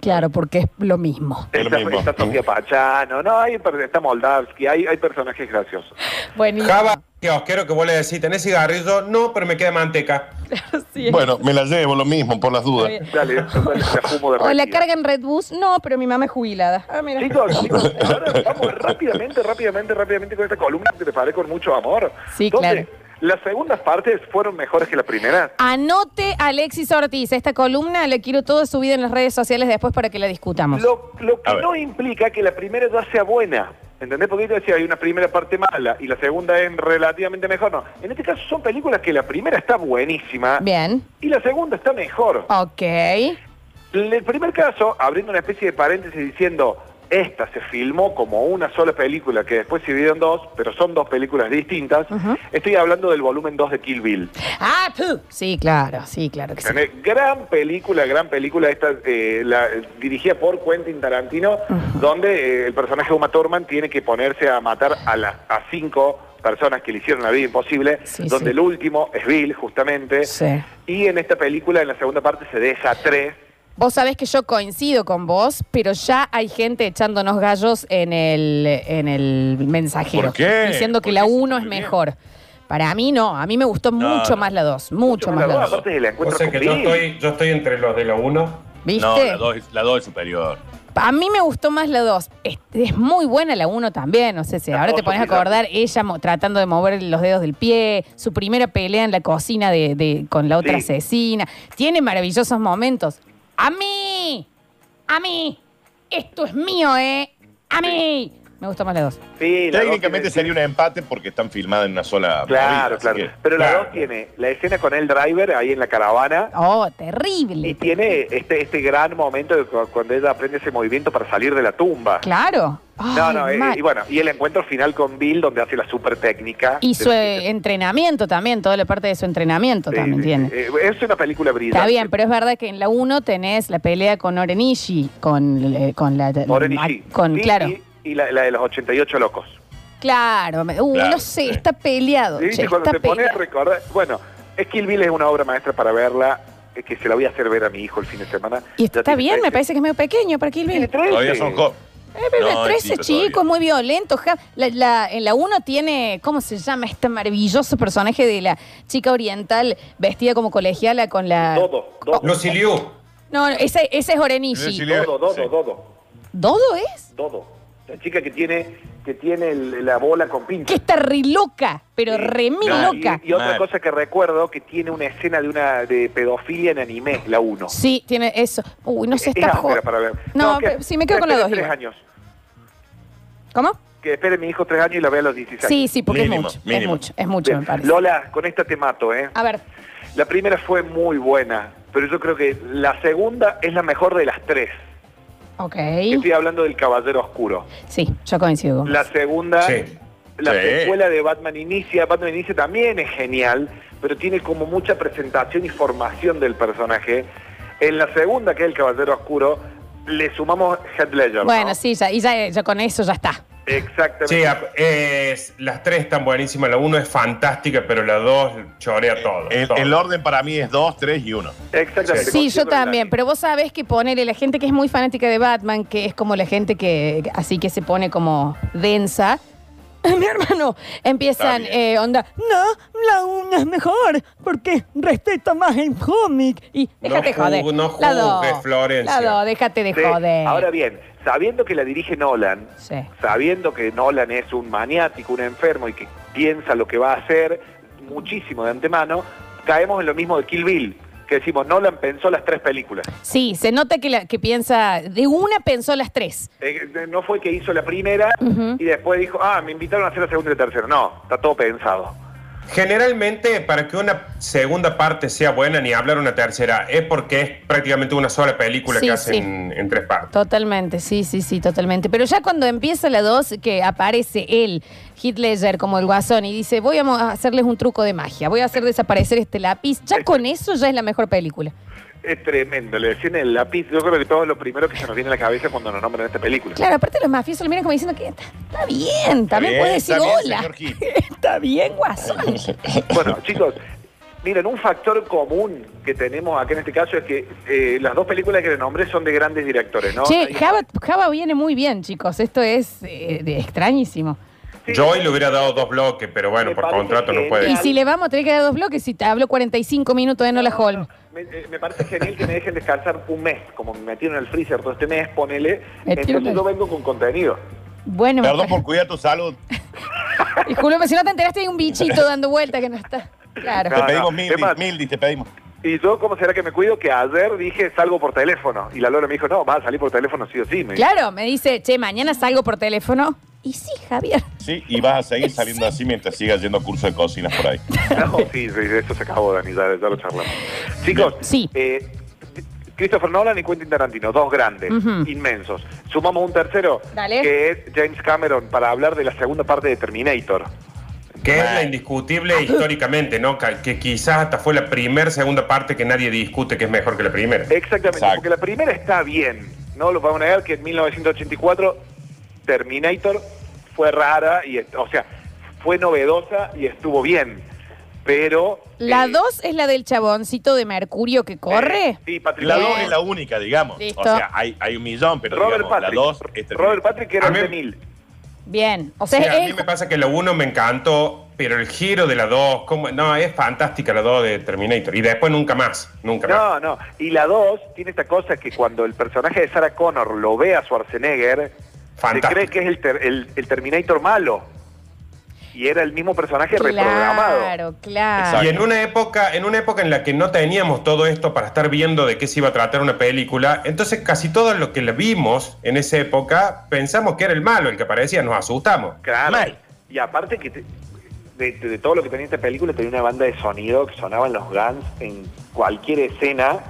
Speaker 1: Claro, porque es lo mismo.
Speaker 3: Es lo
Speaker 4: Está,
Speaker 3: mismo.
Speaker 4: está Sofía Pachano. No, hay, per- está Moldavsky. Hay, hay personajes graciosos.
Speaker 1: Buenísimo.
Speaker 2: Java, que os quiero que vos le decís, ¿tenés cigarrillo? No, pero me queda manteca.
Speaker 1: [LAUGHS] Sí.
Speaker 3: Bueno, me la llevo lo mismo, por las dudas.
Speaker 1: Está bien.
Speaker 4: Dale,
Speaker 1: [LAUGHS]
Speaker 4: dale, te fumo de
Speaker 1: O la
Speaker 4: retiro.
Speaker 1: carga en Red Bus. No, pero mi mamá es jubilada. Ah, mira.
Speaker 4: Chicos,
Speaker 1: [LAUGHS]
Speaker 4: chicos, ahora vamos rápidamente, rápidamente, rápidamente con esta columna que preparé con mucho amor.
Speaker 1: Sí,
Speaker 4: Entonces,
Speaker 1: claro.
Speaker 4: Las segundas partes fueron mejores que la primera.
Speaker 1: Anote a Alexis Ortiz. Esta columna la quiero toda subida en las redes sociales después para que la discutamos.
Speaker 4: Lo, lo
Speaker 3: A
Speaker 4: que
Speaker 3: ver.
Speaker 4: no implica que la primera ya sea buena. ¿Entendés? Porque yo decía, hay una primera parte mala y la segunda es relativamente mejor. No, en este caso son películas que la primera está buenísima
Speaker 1: Bien.
Speaker 4: y la segunda está mejor.
Speaker 1: Ok.
Speaker 4: En el primer caso, abriendo una especie de paréntesis diciendo, esta se filmó como una sola película, que después se dividió en dos, pero son dos películas distintas,
Speaker 1: Ujú.
Speaker 4: estoy hablando del volumen 2 de Kill Bill.
Speaker 1: Ah, pu. Sí, claro, sí, claro que sí.
Speaker 4: ¿Entendés? Gran película, gran película, esta eh, la, eh, dirigida por Quentin Tarantino, donde eh, el personaje de Uma Thurman tiene que ponerse a matar a, las a cinco personas que le hicieron la vida imposible,
Speaker 1: Sí,
Speaker 4: donde
Speaker 1: sí.
Speaker 4: el último es Bill, justamente.
Speaker 1: Sí.
Speaker 4: Y en esta película, en la segunda parte, se deja a tres.
Speaker 1: Vos sabés que yo coincido con vos, pero ya hay gente echándonos gallos en el, en el mensajero.
Speaker 3: ¿Por qué?
Speaker 1: Diciendo que
Speaker 3: ¿Por
Speaker 1: la
Speaker 3: qué?
Speaker 1: 1 es
Speaker 3: Muy bien.
Speaker 1: mejor. Para mí no, a mí me gustó mucho
Speaker 3: no.
Speaker 1: más la 2, mucho más la
Speaker 4: Aparte
Speaker 1: 2.
Speaker 4: del
Speaker 2: O
Speaker 4: encuentro
Speaker 2: sea que
Speaker 4: con
Speaker 2: yo
Speaker 4: Bill.
Speaker 2: estoy, yo estoy entre los de la 1.
Speaker 1: ¿Viste?
Speaker 3: No, la dos es- la dos es superior.
Speaker 1: A mí me gustó más la 2. Es, es muy buena la 1 también. No sé si
Speaker 4: La
Speaker 1: ahora
Speaker 4: dos
Speaker 1: te pones a
Speaker 4: son pilares.
Speaker 1: acordar ella mo- tratando de mover los dedos del pie, su primera pelea en la cocina de, de- con la otra
Speaker 4: Sí.
Speaker 1: asesina. Tiene maravillosos momentos. A mí, a mí, esto es mío, ¿eh? A mí. Me gustó más la 2.
Speaker 4: Sí, la
Speaker 3: Técnicamente
Speaker 4: dos tiene-
Speaker 3: sería un empate porque están filmadas en una sola. movida,
Speaker 4: Claro,
Speaker 3: así
Speaker 4: claro.
Speaker 3: que-
Speaker 4: Pero la
Speaker 2: claro.
Speaker 4: dos tiene la escena con el driver ahí en la caravana
Speaker 1: Oh,
Speaker 4: y
Speaker 1: terrible.
Speaker 4: tiene este este gran momento de cu- cuando ella aprende ese movimiento para salir de la tumba.
Speaker 1: Claro.
Speaker 4: No,
Speaker 1: Ay,
Speaker 4: no, eh,
Speaker 1: mal.
Speaker 4: y bueno, y el encuentro final con Bill donde hace la super técnica.
Speaker 1: Y su eh,
Speaker 4: Del-
Speaker 1: entrenamiento también, toda la parte de su entrenamiento
Speaker 4: sí,
Speaker 1: también
Speaker 4: sí,
Speaker 1: tiene.
Speaker 4: eh, es una película brillante.
Speaker 1: Está bien, pero es verdad que en la 1 tenés la pelea con Orenishi, con, eh, con la...
Speaker 4: Morenichi.
Speaker 1: Con,
Speaker 4: Sí,
Speaker 1: claro,
Speaker 4: Y, y la, la de los 88 locos.
Speaker 1: claro. me- uh,
Speaker 3: Claro,
Speaker 1: no sé,
Speaker 3: sí.
Speaker 1: está peleado.
Speaker 4: Sí,
Speaker 1: che,
Speaker 4: sí, cuando
Speaker 1: está
Speaker 4: te pones a
Speaker 1: peleado.
Speaker 4: recordar. Bueno, es Kill Bill es una obra maestra para verla, eh, que se la voy a hacer ver a mi hijo el fin de semana.
Speaker 1: Y
Speaker 4: Ya
Speaker 1: está
Speaker 4: tiene
Speaker 1: bien, me
Speaker 4: 13.
Speaker 1: parece que es medio pequeño para Kill Bill.
Speaker 4: Tiene
Speaker 1: Eh,
Speaker 4: 13.
Speaker 3: Todavía son jóvenes.
Speaker 4: Eh,
Speaker 1: pero
Speaker 3: No, es
Speaker 1: 13
Speaker 3: chico
Speaker 1: chicos,
Speaker 3: todavía.
Speaker 1: muy violento. ja- La, la- en la 1 tiene, ¿cómo se llama este maravilloso personaje de la chica oriental vestida como colegiala con la...
Speaker 4: Dodo, Dodo.
Speaker 2: Lucy Liu.
Speaker 1: No, no, ese, ese es
Speaker 3: Lucy
Speaker 1: Orenishi.
Speaker 3: Liu.
Speaker 4: Dodo, dodo,
Speaker 3: Sí.
Speaker 4: dodo,
Speaker 1: ¿Dodo es?
Speaker 4: dodo. La chica que tiene, que tiene el- la bola con
Speaker 1: Que
Speaker 4: pinche.
Speaker 1: está re loca, pero re mil
Speaker 3: no,
Speaker 1: loca.
Speaker 4: Y, y otra
Speaker 3: Mal.
Speaker 4: cosa que recuerdo que tiene una escena de una de pedofilia en anime, la 1.
Speaker 1: Sí, tiene eso. Uy, no se
Speaker 4: Es
Speaker 1: está
Speaker 4: áspera
Speaker 1: jo-
Speaker 4: para ver.
Speaker 1: No,
Speaker 4: que-
Speaker 1: pero sí, me quedo con la
Speaker 4: espere
Speaker 1: dos,
Speaker 4: tres
Speaker 1: igual.
Speaker 4: años.
Speaker 1: ¿Cómo?
Speaker 4: Que espere mi hijo tres años y la vea a los 16.
Speaker 1: Sí, sí, porque
Speaker 3: Mínimo,
Speaker 1: es mucho. Es
Speaker 3: mínimo.
Speaker 1: mucho, es mucho, me
Speaker 4: Bien.
Speaker 1: parece. Ah.
Speaker 4: Lola, con esta te mato, ¿eh?
Speaker 1: A ver,
Speaker 4: La primera fue muy buena, pero yo creo que la segunda es la mejor de las tres.
Speaker 1: ok.
Speaker 4: Estoy hablando del Caballero Oscuro.
Speaker 1: Sí, yo coincido con
Speaker 4: La segunda,
Speaker 2: Sí.
Speaker 4: la
Speaker 3: Sí.
Speaker 4: secuela de Batman Inicia. Batman Inicia también es genial, pero tiene como mucha presentación y formación del personaje. En la segunda, que es el Caballero Oscuro, le sumamos Head Ledger. ¿no?
Speaker 1: Bueno, sí, ya, y ya, ya con eso ya está.
Speaker 4: Exactamente.
Speaker 2: Sí, ah, ap- es- las tres están buenísimas. La uno es fantástica, pero la dos chorea todo.
Speaker 3: El,
Speaker 2: todo.
Speaker 3: el orden para mí es 2, 3 y 1.
Speaker 4: Exactamente.
Speaker 1: Sí, yo
Speaker 4: Considero que la-
Speaker 1: también, pero vos sabés que ponele la gente que es muy fanática de Batman, que es como la gente que así que se pone como densa. [LAUGHS] Mi hermano, empiezan
Speaker 3: Está bien.
Speaker 1: eh, onda, no, la una es mejor, porque respeta más el cómic. Y déjate
Speaker 2: ju-
Speaker 1: joder.
Speaker 2: no
Speaker 1: La
Speaker 2: juzgues,
Speaker 1: dos,
Speaker 2: Florencia.
Speaker 1: La dos, déjate de
Speaker 4: Sí.
Speaker 1: joder.
Speaker 4: Ahora bien, sabiendo que la dirige Nolan,
Speaker 1: Sí.
Speaker 4: sabiendo que Nolan es un maniático, un enfermo y que piensa lo que va a hacer muchísimo de antemano, caemos en lo mismo de Kill Bill, que decimos, Nolan pensó las tres películas.
Speaker 1: Sí, se nota que, la, que piensa, de una pensó las tres.
Speaker 4: Eh, eh, no fue que hizo la primera
Speaker 1: Ujú.
Speaker 4: y después dijo, ah, me invitaron a hacer la segunda y la tercera. No, está todo pensado.
Speaker 2: Generalmente, para que una segunda parte sea buena, ni hablar una tercera, es porque es prácticamente una sola película
Speaker 1: Sí,
Speaker 2: que
Speaker 1: sí.
Speaker 2: hacen en tres partes.
Speaker 1: Totalmente, sí, sí, sí, totalmente. Pero ya cuando empieza la 2, que aparece él, Heath Ledger, como el guasón, y dice, voy a mo- a hacerles un truco de magia, voy a hacer desaparecer este lápiz, ya con eso ya es la mejor película.
Speaker 4: Es tremendo, le decían el lápiz, yo creo que todo es lo primero que se nos viene a la cabeza cuando nos nombran esta película.
Speaker 1: Claro, aparte los mafiosos lo miran como diciendo que está, está bien, también
Speaker 3: bien,
Speaker 1: puede decir
Speaker 3: está bien,
Speaker 1: hola.
Speaker 3: señor Heath.
Speaker 1: [LAUGHS] está bien, guasón.
Speaker 4: Bueno, chicos, miren, un factor común que tenemos acá en este caso es que eh, las dos películas que le nombré son de grandes directores, ¿no?
Speaker 1: Che,
Speaker 4: Hay-
Speaker 1: Java, Java viene muy bien, chicos, esto es eh, de- extrañísimo.
Speaker 4: Sí,
Speaker 2: Yo hoy le hubiera dado dos bloques, pero bueno,
Speaker 4: Me
Speaker 2: por
Speaker 4: parece
Speaker 2: contrato no
Speaker 4: genial.
Speaker 2: puede.
Speaker 1: Y si le vamos a tener que dar dos bloques, si te hablo 45 minutos de Nola Holm.
Speaker 4: Me, eh, me parece genial que me dejen descansar un mes, como me metieron en el freezer todo este mes, ponele.
Speaker 1: Metieron
Speaker 4: Entonces
Speaker 1: el-
Speaker 4: yo vengo con contenido.
Speaker 1: Bueno, me
Speaker 3: Perdón
Speaker 1: parece-
Speaker 3: por cuidar tu salud.
Speaker 1: Disculpe, si no te enteraste, hay un bichito dando vuelta que no está. Claro.
Speaker 3: Te
Speaker 4: no.
Speaker 3: pedimos mil,
Speaker 4: Es más-
Speaker 3: Mildi, te pedimos.
Speaker 4: Y yo, ¿cómo será que me cuido? Que ayer dije salgo por teléfono. Y la Lola me dijo, no, vas a salir por teléfono sí o sí. Me dijo.
Speaker 1: Claro, me dice, che, mañana salgo por teléfono. Y sí, Javier.
Speaker 3: Sí, y vas a seguir saliendo así mientras sigas yendo a curso de cocina por ahí.
Speaker 4: No, sí, sí, esto se acabó, Dani, ya, ya lo charlamos. Chicos,
Speaker 1: Sí.
Speaker 4: eh, Christopher Nolan y Quentin Tarantino, dos grandes,
Speaker 1: Ujú.
Speaker 4: inmensos. Sumamos un tercero,
Speaker 1: Dale.
Speaker 4: que es James Cameron, para hablar de la segunda parte de Terminator.
Speaker 2: Que es la indiscutible históricamente, ¿no? Que, que quizás hasta fue la primera, segunda parte que nadie discute que es mejor que la primera.
Speaker 4: Exactamente,
Speaker 3: Exacto.
Speaker 4: porque la primera está bien, no lo podemos negar que en 1984 Terminator fue rara, y est- o sea, fue novedosa y estuvo bien, pero...
Speaker 1: La
Speaker 4: eh,
Speaker 1: 2 es la del chaboncito de Mercurio que
Speaker 4: eh,
Speaker 1: corre.
Speaker 4: sí, Patrick
Speaker 3: La 2
Speaker 4: Wilson.
Speaker 3: es la única, digamos.
Speaker 1: Listo.
Speaker 3: O sea, hay, hay un millón, pero
Speaker 4: Robert
Speaker 3: digamos,
Speaker 4: Patrick.
Speaker 3: la 2 es terrible.
Speaker 4: Robert Patrick que era
Speaker 2: A
Speaker 4: el
Speaker 2: mí-
Speaker 4: de mil.
Speaker 1: Bien. O sea,
Speaker 2: Sí, a mí
Speaker 1: es-
Speaker 2: me pasa que la 1 me encantó, pero el giro de la 2, ¿cómo? no, es fantástica la 2 de Terminator. Y después nunca más, nunca más.
Speaker 4: No, no. Y la 2 tiene esta cosa que cuando el personaje de Sarah Connor lo ve a Schwarzenegger, se
Speaker 2: Fantástico.
Speaker 4: cree que es el, ter- el- el Terminator malo. Y era el mismo personaje reprogramado.
Speaker 1: claro, claro.
Speaker 2: Y en una época, en una época en la que no teníamos todo esto para estar viendo de qué se iba a tratar una película, entonces casi todo lo que la vimos en esa época pensamos que era el malo, el que aparecía, nos asustamos.
Speaker 4: Claro.
Speaker 3: Mal.
Speaker 4: Y aparte que te- de, de- de todo lo que tenía esta película, tenía una banda de sonido que sonaba en los Guns en cualquier escena.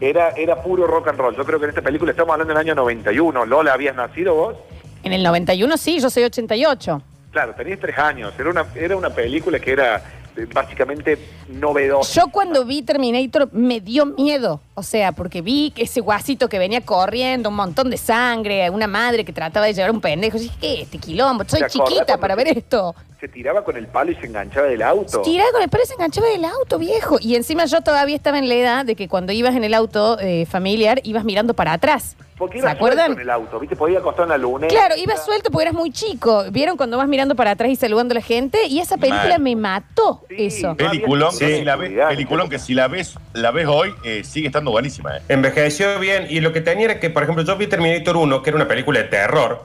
Speaker 4: Era, era puro rock and roll. Yo creo que en esta película estamos hablando del año 91. Lola, ¿habías nacido vos?
Speaker 1: En el 91 sí, yo soy 88.
Speaker 4: Claro, tenías tres años. Era una, era una película que era eh, básicamente novedosa.
Speaker 1: Yo cuando vi Terminator me dio miedo. O sea, porque vi que ese guasito que venía corriendo, un montón de sangre, una madre que trataba de llevar un pendejo. Yo dije, ¿qué? Este quilombo, soy
Speaker 4: ¿Te acordás
Speaker 1: chiquita
Speaker 4: cuando
Speaker 1: para
Speaker 4: te-
Speaker 1: ver esto.
Speaker 4: Se tiraba con el palo y se enganchaba del auto.
Speaker 1: Tiraba con el pelo y se enganchaba del auto, viejo. Y encima yo todavía estaba en la edad de que cuando ibas en el auto eh, familiar, ibas mirando para atrás. ¿Se
Speaker 4: Porque iba suelto
Speaker 1: acuerdan?
Speaker 4: en el auto, ¿viste? Podía acostar en la luna.
Speaker 1: Claro, ibas suelto porque eras muy chico. ¿Vieron cuando vas mirando para atrás y saludando a la gente? Y esa película
Speaker 3: Mal.
Speaker 1: me mató
Speaker 4: Sí.
Speaker 1: eso.
Speaker 4: Pe-
Speaker 3: Peliculón,
Speaker 2: Sí.
Speaker 3: que si la ves,
Speaker 4: Olvidate.
Speaker 3: peliculón que si la ves, la ves hoy, eh, sigue estando buenísima. eh.
Speaker 2: Envejeció bien y lo que tenía era que, por ejemplo, yo vi Terminator 1, que era una película de terror,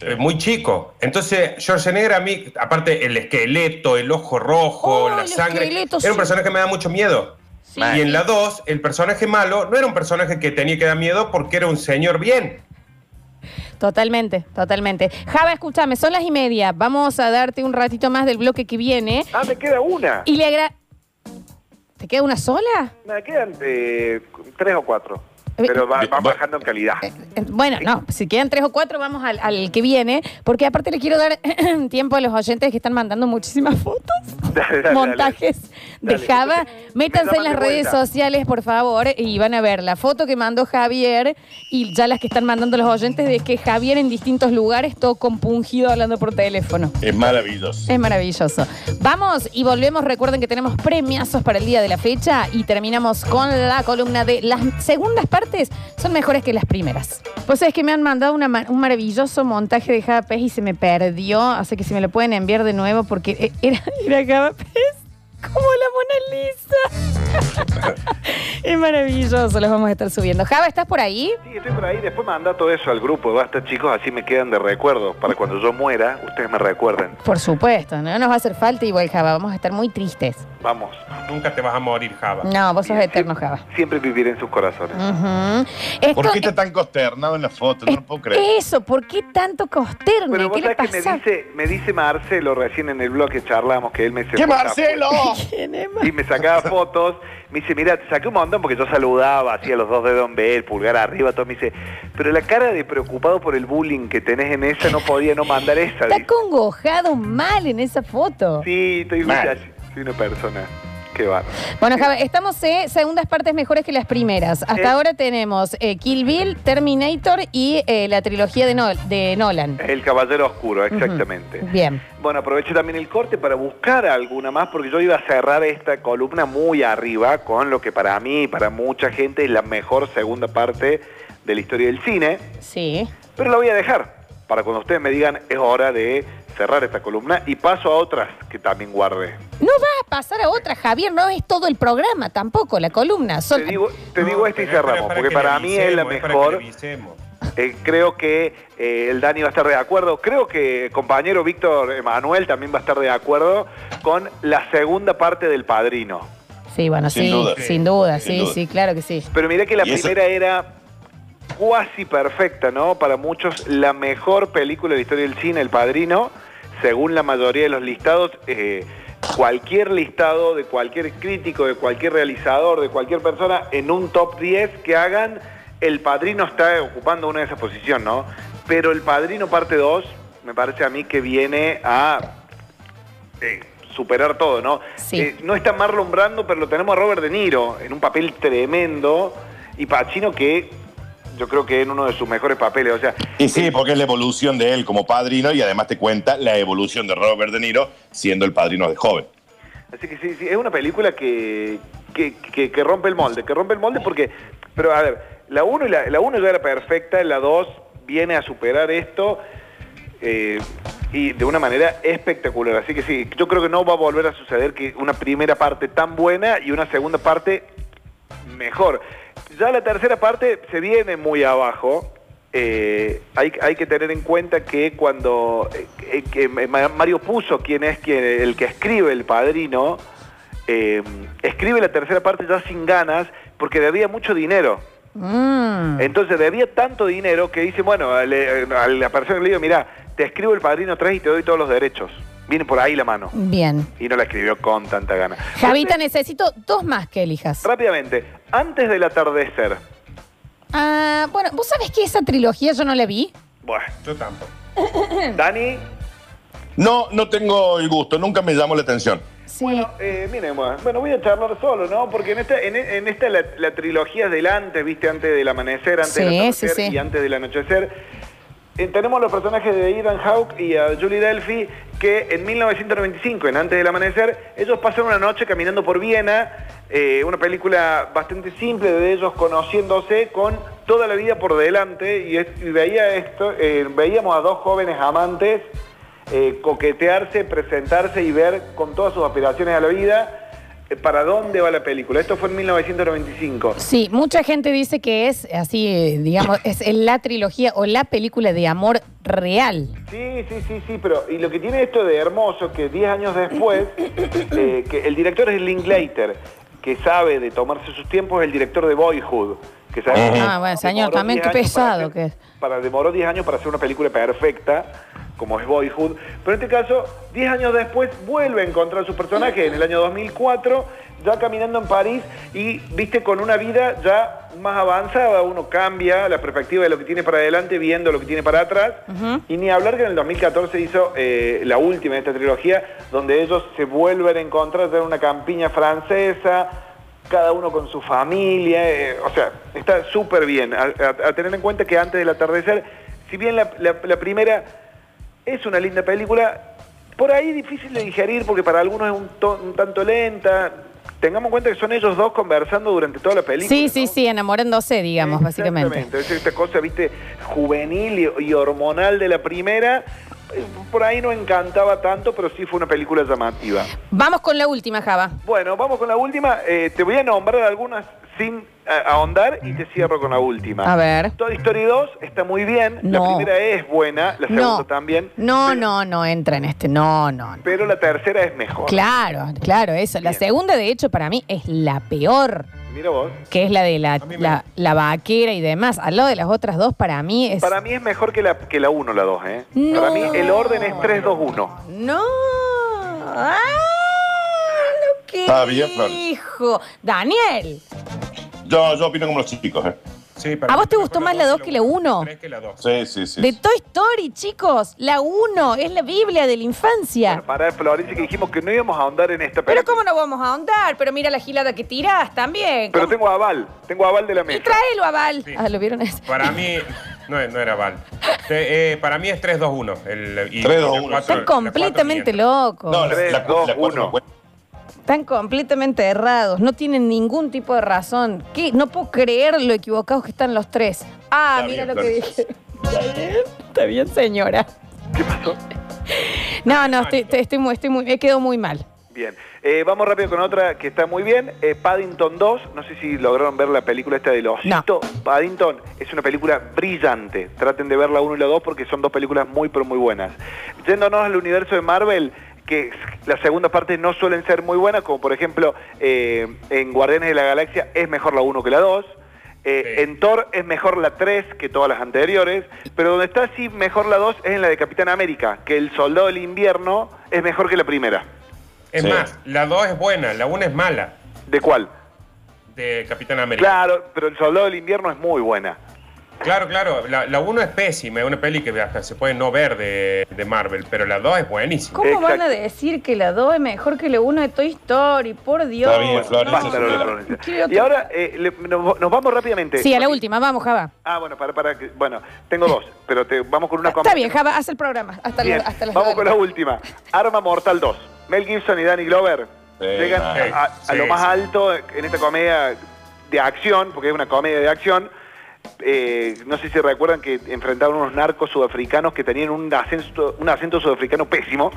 Speaker 2: eh, muy chico. Entonces, Schwarzenegger a mí, aparte el esqueleto, el ojo rojo,
Speaker 1: Oh,
Speaker 2: la
Speaker 1: el
Speaker 2: sangre,
Speaker 1: esqueleto,
Speaker 2: era
Speaker 1: sí.
Speaker 2: un personaje que me da mucho miedo.
Speaker 1: Sí.
Speaker 2: Y en la 2, el personaje malo no era un personaje que tenía que dar miedo porque era un señor bien.
Speaker 1: Totalmente, totalmente. Java, escúchame, son las y media. Vamos a darte un ratito más del bloque que viene.
Speaker 4: Ah, me queda una.
Speaker 1: Y le agra... ¿Te queda una sola?
Speaker 4: Me quedan eh, tres o cuatro. Pero va, va bajando en calidad.
Speaker 1: Eh, Bueno, no, si quedan tres o cuatro, vamos al, al que viene, porque aparte le quiero dar [CLEARS THROAT] tiempo a los oyentes que están mandando muchísimas fotos,
Speaker 4: Dale, dale,
Speaker 1: montajes de
Speaker 4: Dale.
Speaker 1: Java. Métanse
Speaker 4: Me
Speaker 1: en las
Speaker 4: llaman de
Speaker 1: redes
Speaker 4: vuelta.
Speaker 1: sociales, por favor, y van a ver la foto que mandó Javier y ya las que están mandando los oyentes de que Javier en distintos lugares, todo compungido hablando por teléfono.
Speaker 3: Es maravilloso.
Speaker 1: Es maravilloso. Vamos y volvemos. Recuerden que tenemos premiazos para el día de la fecha y terminamos con la columna de las segundas partes son mejores que las primeras. Vos sabés Pues que me han mandado una ma- un maravilloso montaje de Javapés y se me perdió, así que si me lo pueden enviar de nuevo porque eh, era, era Javapés como la Mona Lisa. [LAUGHS] es maravilloso, los vamos a estar subiendo. Java, ¿estás por ahí?
Speaker 4: Sí, estoy por ahí. Después manda todo eso al grupo. Basta, chicos, así me quedan de recuerdo. Para cuando yo muera, ustedes me recuerden.
Speaker 1: Por supuesto, no nos va a hacer falta igual Java, vamos a estar muy tristes.
Speaker 4: Vamos.
Speaker 2: Nunca te vas a morir, Java.
Speaker 1: No, vos sos
Speaker 4: Bien,
Speaker 1: eterno,
Speaker 4: siempre-
Speaker 1: Java.
Speaker 4: Siempre vivir en sus corazones.
Speaker 1: Mm. Ujú. Esto-
Speaker 3: ¿Por qué está tan consternado en la foto? No lo puedo creer.
Speaker 1: Eso, ¿por qué tanto costerne?
Speaker 4: Pero
Speaker 1: ¿Qué
Speaker 4: vos
Speaker 1: le
Speaker 4: sabés que me
Speaker 1: pasa? [LAUGHS]
Speaker 4: dice, me dice Marcelo, recién en el bloque charlamos que él me...
Speaker 3: ¡Qué Marcelo!
Speaker 1: ¿Quién es más?
Speaker 4: Y
Speaker 3: [LAUGHS]
Speaker 4: me sacaba fotos, me dice, mira, te saqué un montón porque yo saludaba, hacía los dos dedos en B, el pulgar arriba, todo me dice, pero la cara de preocupado por el bullying que tenés en esa no podía no mandar esa.
Speaker 1: Está
Speaker 4: dice.
Speaker 1: congojado mal en esa foto.
Speaker 4: Sí, estoy
Speaker 3: Mal.
Speaker 4: muchacho, soy una persona. Qué bárbaro.
Speaker 1: Bueno, Java, estamos en segundas partes mejores que las primeras. Hasta
Speaker 4: Eh.
Speaker 1: ahora tenemos eh, Kill Bill, Terminator y eh, la trilogía de, Nol- de Nolan.
Speaker 4: El caballero oscuro, exactamente.
Speaker 1: Bien.
Speaker 4: Bueno, aprovecho también el corte para buscar alguna más, porque yo iba a cerrar esta columna muy arriba con lo que para mí y para mucha gente es la mejor segunda parte de la historia del cine,
Speaker 1: Sí.
Speaker 4: pero la voy a dejar para cuando ustedes me digan es hora de cerrar esta columna y paso a otras que también guardé.
Speaker 1: No vas a pasar a otra, Javier. No es todo el programa tampoco, la columna. Son-
Speaker 4: Te digo, te digo esta y
Speaker 2: Pero es para-
Speaker 4: cerramos,
Speaker 2: para
Speaker 4: porque
Speaker 2: que le
Speaker 4: para mí es la
Speaker 2: avisemos, para
Speaker 4: mejor.
Speaker 2: que le avisemos.
Speaker 4: Eh, creo que eh, el Dani va a estar de acuerdo. Creo que el compañero Víctor Emanuel también va a estar de acuerdo con la segunda parte del Padrino.
Speaker 1: Sí, bueno,
Speaker 3: Sin
Speaker 1: sí.
Speaker 3: duda.
Speaker 1: Sin duda,
Speaker 3: Sin
Speaker 1: sí,
Speaker 3: duda.
Speaker 1: sí, claro que sí.
Speaker 4: Pero mirá que la
Speaker 3: Y eso-
Speaker 4: primera era cuasi perfecta, ¿no? Para muchos, la mejor película de la historia del cine, El Padrino, según la mayoría de los listados. eh, cualquier listado de cualquier crítico, de cualquier realizador, de cualquier persona, en un top 10 que hagan, El Padrino está ocupando una de esas posiciones, ¿no? Pero El Padrino parte 2, me parece a mí que viene a eh, superar todo, ¿no?
Speaker 1: Sí.
Speaker 4: Eh, no está Marlon Brando, pero lo tenemos a Robert De Niro en un papel tremendo y Pacino que yo creo que en uno de sus mejores papeles, o sea, eh,
Speaker 3: Y sí, porque es la evolución de él como padrino y además te cuenta la evolución de Robert De Niro siendo el padrino de joven.
Speaker 4: así que sí, sí, es una película que, que, que- que rompe el molde, que rompe el molde porque, pero a ver, la 1 la, la uno ya era perfecta, la 2 viene a superar esto eh, y de una manera espectacular, así que sí, yo creo que no va a volver a suceder que una primera parte tan buena y una segunda parte mejor. Ya la tercera parte se viene muy abajo. Eh, hay, hay que tener en cuenta que cuando eh, eh, que Ma- Mario Puso, quien es quien, el que escribe El Padrino, eh, escribe la tercera parte ya sin ganas porque debía mucho dinero.
Speaker 1: Mm.
Speaker 4: Entonces debía tanto dinero que dice, bueno, le- a la persona que le digo, mira, te escribo El Padrino 3 y te doy todos los derechos. Viene por ahí la mano.
Speaker 1: Bien.
Speaker 4: Y no la escribió con tanta gana.
Speaker 1: Javita, necesito dos más que elijas.
Speaker 4: Rápidamente, antes del atardecer,
Speaker 1: Ah, bueno, vos sabés que esa trilogía yo no la vi.
Speaker 4: bueno,
Speaker 2: Yo tampoco.
Speaker 4: Dani,
Speaker 3: No, no tengo el gusto, nunca me llamó la atención.
Speaker 1: Sí.
Speaker 4: eh, miren, bueno, bueno, voy a charlar solo, ¿no? Porque en esta, en, en esta la, la trilogía es del antes, ¿viste? Antes del amanecer, antes
Speaker 1: Sí,
Speaker 4: del atardecer
Speaker 1: sí, sí.
Speaker 4: y antes del anochecer. Eh, tenemos los personajes de Ethan Hawke y a Julie Delphi que en 1995, en Antes del Amanecer, ellos pasan una noche caminando por Viena, eh, una película bastante simple de ellos conociéndose con toda la vida por delante y, es- y veía esto, eh, veíamos a dos jóvenes amantes eh, coquetearse, presentarse y ver con todas sus aspiraciones a la vida eh, para dónde va la película. Esto fue en 1995.
Speaker 1: Sí, mucha gente dice que es así, eh, digamos, es la trilogía o la película de amor real.
Speaker 4: Sí, sí, sí, sí, pero y lo que tiene esto de hermoso, que 10 años después, eh, que el director es Linklater, que sabe de tomarse sus tiempos, el director de Boyhood. Que sabe
Speaker 1: Ah, bueno, señor,
Speaker 4: demoró
Speaker 1: también
Speaker 4: 10
Speaker 1: qué
Speaker 4: años para
Speaker 1: pesado
Speaker 4: hacer-
Speaker 1: que es.
Speaker 4: Para, demoró 10 años para hacer una película perfecta, como es Boyhood. Pero en este caso, 10 años después, vuelve a encontrar su personaje en el año 2004, ya caminando en París y, viste, con una vida ya más avanzada, uno cambia la perspectiva de lo que tiene para adelante, viendo lo que tiene para atrás. Y ni hablar que en el 2014 hizo eh, la última de esta trilogía, donde ellos se vuelven a encontrar ya en una campiña francesa, cada uno con su familia, eh, o sea, está súper bien. A, a- a tener en cuenta que antes del atardecer, si bien la, la- la primera es una linda película, por ahí difícil de digerir porque para algunos es un, to- un tanto lenta. Tengamos en cuenta que son ellos dos conversando durante toda la película.
Speaker 1: Sí,
Speaker 4: ¿no?
Speaker 1: sí, sí, enamorándose, digamos, básicamente.
Speaker 4: Exactamente. Es esta cosa, viste, juvenil y, y hormonal de la primera. eh, Por ahí no encantaba tanto, pero sí fue una película llamativa.
Speaker 1: Vamos con la última, Java.
Speaker 4: Bueno, vamos con la última. Eh, te voy a nombrar algunas sin eh, ahondar y te cierro con la última.
Speaker 1: A ver.
Speaker 4: Toy Story 2 está muy bien.
Speaker 1: No.
Speaker 4: La primera es buena, la segunda
Speaker 1: No,
Speaker 4: también.
Speaker 1: no,
Speaker 4: pero,
Speaker 1: no, no entra en este. No, no, no.
Speaker 4: Pero la tercera es mejor.
Speaker 1: Claro, claro, eso. La
Speaker 4: Bien.
Speaker 1: segunda, de hecho, para mí es la peor,
Speaker 4: Mira vos.
Speaker 1: que es la de la,
Speaker 2: mí me-
Speaker 1: la, la vaquera y demás. Al lado de las otras dos, para mí es...
Speaker 4: Para mí es mejor que la, que la 1, la 2, ¿eh?
Speaker 1: No.
Speaker 4: Para mí el orden es 3, 2, 1.
Speaker 1: No. ¡Ah! Lo que
Speaker 3: Está bien, Flor.
Speaker 1: dijo. Daniel,
Speaker 3: Yo, yo opino como los chicos, ¿eh?
Speaker 2: Sí, para
Speaker 1: ¿A vos
Speaker 2: mí
Speaker 1: te
Speaker 2: mejor
Speaker 1: gustó más la dos que la uno?
Speaker 2: Tres que la dos.
Speaker 3: Sí, sí, sí.
Speaker 1: de Toy Story, chicos, la 1 es la Biblia de la infancia.
Speaker 4: Para Florencia que dijimos que no íbamos a ahondar en esta
Speaker 1: Pero
Speaker 4: película.
Speaker 1: ¿cómo no vamos a ahondar? Pero mira la gilada que tirás también.
Speaker 4: Pero
Speaker 1: ¿Cómo?
Speaker 4: tengo aval, tengo aval de la
Speaker 1: Y
Speaker 4: mesa.
Speaker 1: tráelo a Val.
Speaker 2: Sí.
Speaker 1: Ah, ¿lo vieron? [LAUGHS] eso?
Speaker 2: Para mí, no, no era Val. Te- eh, para mí es 3-2-1. el- y
Speaker 3: 3-2-1.
Speaker 2: la
Speaker 3: Están
Speaker 2: cuatro-
Speaker 1: Están
Speaker 2: la cuatro
Speaker 1: completamente
Speaker 2: miente.
Speaker 1: locos.
Speaker 3: No, la,
Speaker 4: Tres,
Speaker 3: la cu-
Speaker 4: dos,
Speaker 3: la cuatro
Speaker 4: uno.
Speaker 3: no cuenta.
Speaker 1: Están completamente errados. No tienen ningún tipo de razón. ¿Qué? No puedo creer lo equivocados que están los tres. Ah,
Speaker 3: Está
Speaker 1: mira
Speaker 3: bien,
Speaker 1: lo que
Speaker 3: Flor.
Speaker 1: dije. Está bien, está bien, señora.
Speaker 4: ¿Qué pasó?
Speaker 1: No, no, estoy, estoy, estoy muy, estoy muy, he quedado muy mal.
Speaker 4: Bien, Eh, vamos rápido con otra que está muy bien, eh, Paddington 2, no sé si lograron ver la película esta del osito. Paddington es una película brillante, traten de ver la 1 y la 2 porque son dos películas muy pero muy buenas. Yéndonos al universo de Marvel, que las segundas partes no suelen ser muy buenas, como por ejemplo eh, en Guardianes de la Galaxia es mejor la 1 que la 2. Eh,
Speaker 2: Sí.
Speaker 4: En Thor es mejor la 3 que todas las anteriores, pero donde está sí mejor la 2 es en la de Capitán América, que el Soldado del Invierno es mejor que la primera.
Speaker 2: Es
Speaker 3: Sí.
Speaker 2: más, la 2 es buena, la 1 es mala.
Speaker 4: ¿De cuál?
Speaker 2: De Capitán América.
Speaker 4: Claro, pero el soldado del invierno es muy buena.
Speaker 2: Claro, claro. La 1 es pésima, es una peli que hasta se puede no ver de, de Marvel, pero la 2 es buenísima.
Speaker 1: ¿Cómo van a
Speaker 4: Exacto.
Speaker 1: decir que la 2 es mejor que la 1 de Toy Story? Por Dios.
Speaker 3: Está bien, Flor,
Speaker 1: no,
Speaker 3: eso
Speaker 4: Basta,
Speaker 3: sí
Speaker 4: Lola
Speaker 3: era.
Speaker 4: Florencia.
Speaker 1: Quiero
Speaker 4: Y
Speaker 1: otro.
Speaker 4: ahora eh, le- nos, nos vamos rápidamente.
Speaker 1: Sí, a la última, vamos, Java.
Speaker 4: Ah, bueno, para, para que- bueno,
Speaker 1: [LAUGHS]
Speaker 4: tengo dos, pero te, vamos con una
Speaker 1: Está bien, Java, haz el programa. Hasta,
Speaker 4: Bien,
Speaker 1: la- hasta las
Speaker 4: Vamos
Speaker 1: nueve.
Speaker 4: con la última. Arma Mortal 2. Mel Gibson y Danny Glover
Speaker 3: Sí,
Speaker 4: llegan a,
Speaker 2: sí,
Speaker 4: a- a
Speaker 2: sí,
Speaker 4: lo más
Speaker 2: sí.
Speaker 4: alto en esta comedia de acción, porque es una comedia de acción. Eh, no sé si recuerdan que enfrentaron unos narcos sudafricanos que tenían un acento, un acento sudafricano pésimo,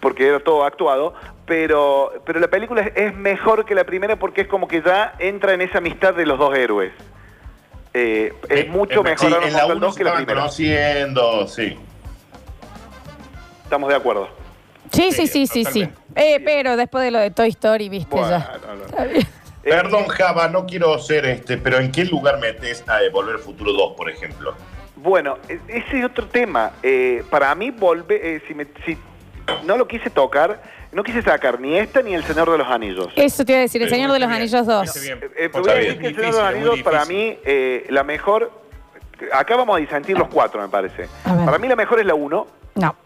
Speaker 4: porque era todo actuado, pero, pero la película es- es mejor que la primera porque es como que ya entra en esa amistad de los dos héroes. Eh, es
Speaker 2: Sí,
Speaker 4: mucho
Speaker 2: es mejor.
Speaker 3: Sí,
Speaker 4: mejor Arma
Speaker 3: en la
Speaker 4: Mortal
Speaker 3: 1
Speaker 4: 2
Speaker 3: se
Speaker 4: que la
Speaker 3: estaban
Speaker 4: primera.
Speaker 3: conociendo, sí.
Speaker 4: Estamos de acuerdo.
Speaker 1: Sí, sí, sí, sí, sí.
Speaker 2: Totalmente.
Speaker 1: Eh, pero después de lo de Toy Story, viste
Speaker 4: Bueno,
Speaker 1: ya.
Speaker 4: no, no.
Speaker 1: Está bien.
Speaker 4: Eh,
Speaker 3: Perdón, Java, no quiero ser este, pero ¿en qué lugar metes a eh, Volver al Futuro 2, por ejemplo?
Speaker 4: Bueno, e- ese es otro tema. Eh, para mí, volve, eh, si, me- si no lo quise tocar, no quise sacar ni esta ni El Señor de los Anillos.
Speaker 1: Eso te iba a decir, el
Speaker 3: Sí,
Speaker 1: Señor de los
Speaker 2: Bien,
Speaker 1: Anillos 2.
Speaker 2: está bien.
Speaker 4: Eh, eh, te
Speaker 2: Está
Speaker 4: voy a
Speaker 2: bien.
Speaker 4: decir que El Señor de los
Speaker 2: Difícil, muy
Speaker 4: Anillos, para
Speaker 2: difícil.
Speaker 4: mí, eh, la mejor... Acá vamos a disentir los cuatro, me parece.
Speaker 1: A ver.
Speaker 4: Para mí la mejor es la 1.
Speaker 1: No.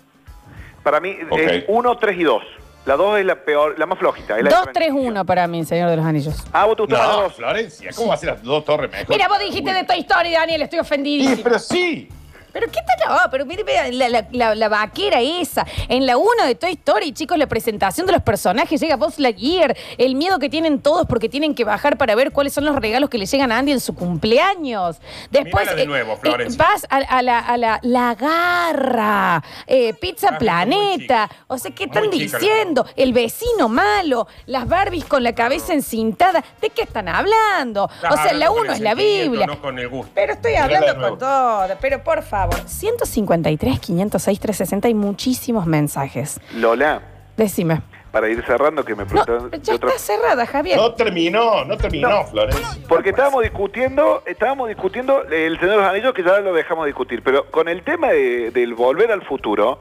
Speaker 4: Para mí
Speaker 3: Ok.
Speaker 4: es 1, 3 y 2. La 2 es la peor, la más flojita. es la de
Speaker 1: 2, 3,
Speaker 4: transición.
Speaker 1: 1 para mí, el Señor de los Anillos.
Speaker 4: Ah, vos te gustó la 2.
Speaker 3: Florencia, ¿cómo va a ser las dos torres mejor?
Speaker 1: Mira, vos dijiste de Toy Story, Daniel, estoy
Speaker 3: Sí,
Speaker 1: ofendidísimo.
Speaker 3: pero sí.
Speaker 1: Pero qué tal la, oh, pero mire, vea, la, la, la- la vaquera esa. En la 1 de Toy Story, chicos, la presentación de los personajes llega Buzz Lightyear, el miedo que tienen todos porque tienen que bajar para ver cuáles son los regalos que le llegan a Andy en su cumpleaños. Después eh,
Speaker 2: Mírala de nuevo, Florencia.
Speaker 1: vas a, a la, a la, la garra, eh, Pizza
Speaker 2: Ah,
Speaker 1: Planeta,
Speaker 2: muy chica.
Speaker 1: o sea, ¿qué están
Speaker 2: Muy chica la
Speaker 1: diciendo? El vecino malo, las Barbies con la cabeza encintada, ¿de qué están hablando?
Speaker 2: Estás
Speaker 1: O sea, la
Speaker 2: hablando con
Speaker 1: 1
Speaker 2: el
Speaker 1: es la
Speaker 2: sentimiento,
Speaker 1: Biblia.
Speaker 2: No con el gusto.
Speaker 1: Pero estoy
Speaker 3: Mírala de
Speaker 1: hablando
Speaker 3: nuevo.
Speaker 1: con todo, pero por favor. 153, 506, 360 hay muchísimos mensajes.
Speaker 4: Lola,
Speaker 1: Decime.
Speaker 4: para ir cerrando, que me
Speaker 1: No,
Speaker 4: preguntaron
Speaker 1: ya
Speaker 4: de otra-
Speaker 1: está cerrada, Javier.
Speaker 3: No terminó, no terminó, Florencia.
Speaker 4: Porque estábamos discutiendo, estábamos discutiendo el Señor de los Anillos, que ya lo dejamos discutir, pero con el tema de- del volver al futuro,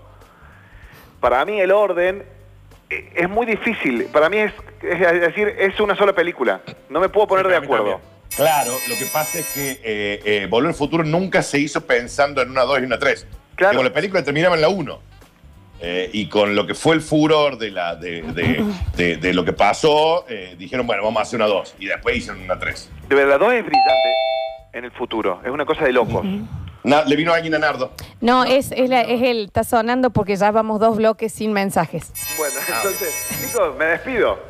Speaker 4: para mí el orden eh, es muy difícil. Para mí es, es decir, es una sola película. No me puedo poner
Speaker 2: Sí,
Speaker 4: de
Speaker 2: para mí
Speaker 4: acuerdo.
Speaker 2: también.
Speaker 3: Claro, lo que pasa es que eh, eh, Volver al Futuro nunca se hizo pensando en una 2 y una 3.
Speaker 4: Claro.
Speaker 3: Con la película terminaba en la 1. Eh, y con lo que fue el furor de, la, de, de- de- de lo que pasó, eh, dijeron, bueno, vamos a hacer una 2. Y después hicieron una 3.
Speaker 4: De verdad, dos es brillante en el futuro. Es una cosa de locos.
Speaker 3: Na- le vino alguien a Nardo.
Speaker 1: No, es, es, la- es el, está sonando porque ya vamos dos bloques sin mensajes.
Speaker 2: Ah.
Speaker 4: Bueno, entonces, chicos, me despido.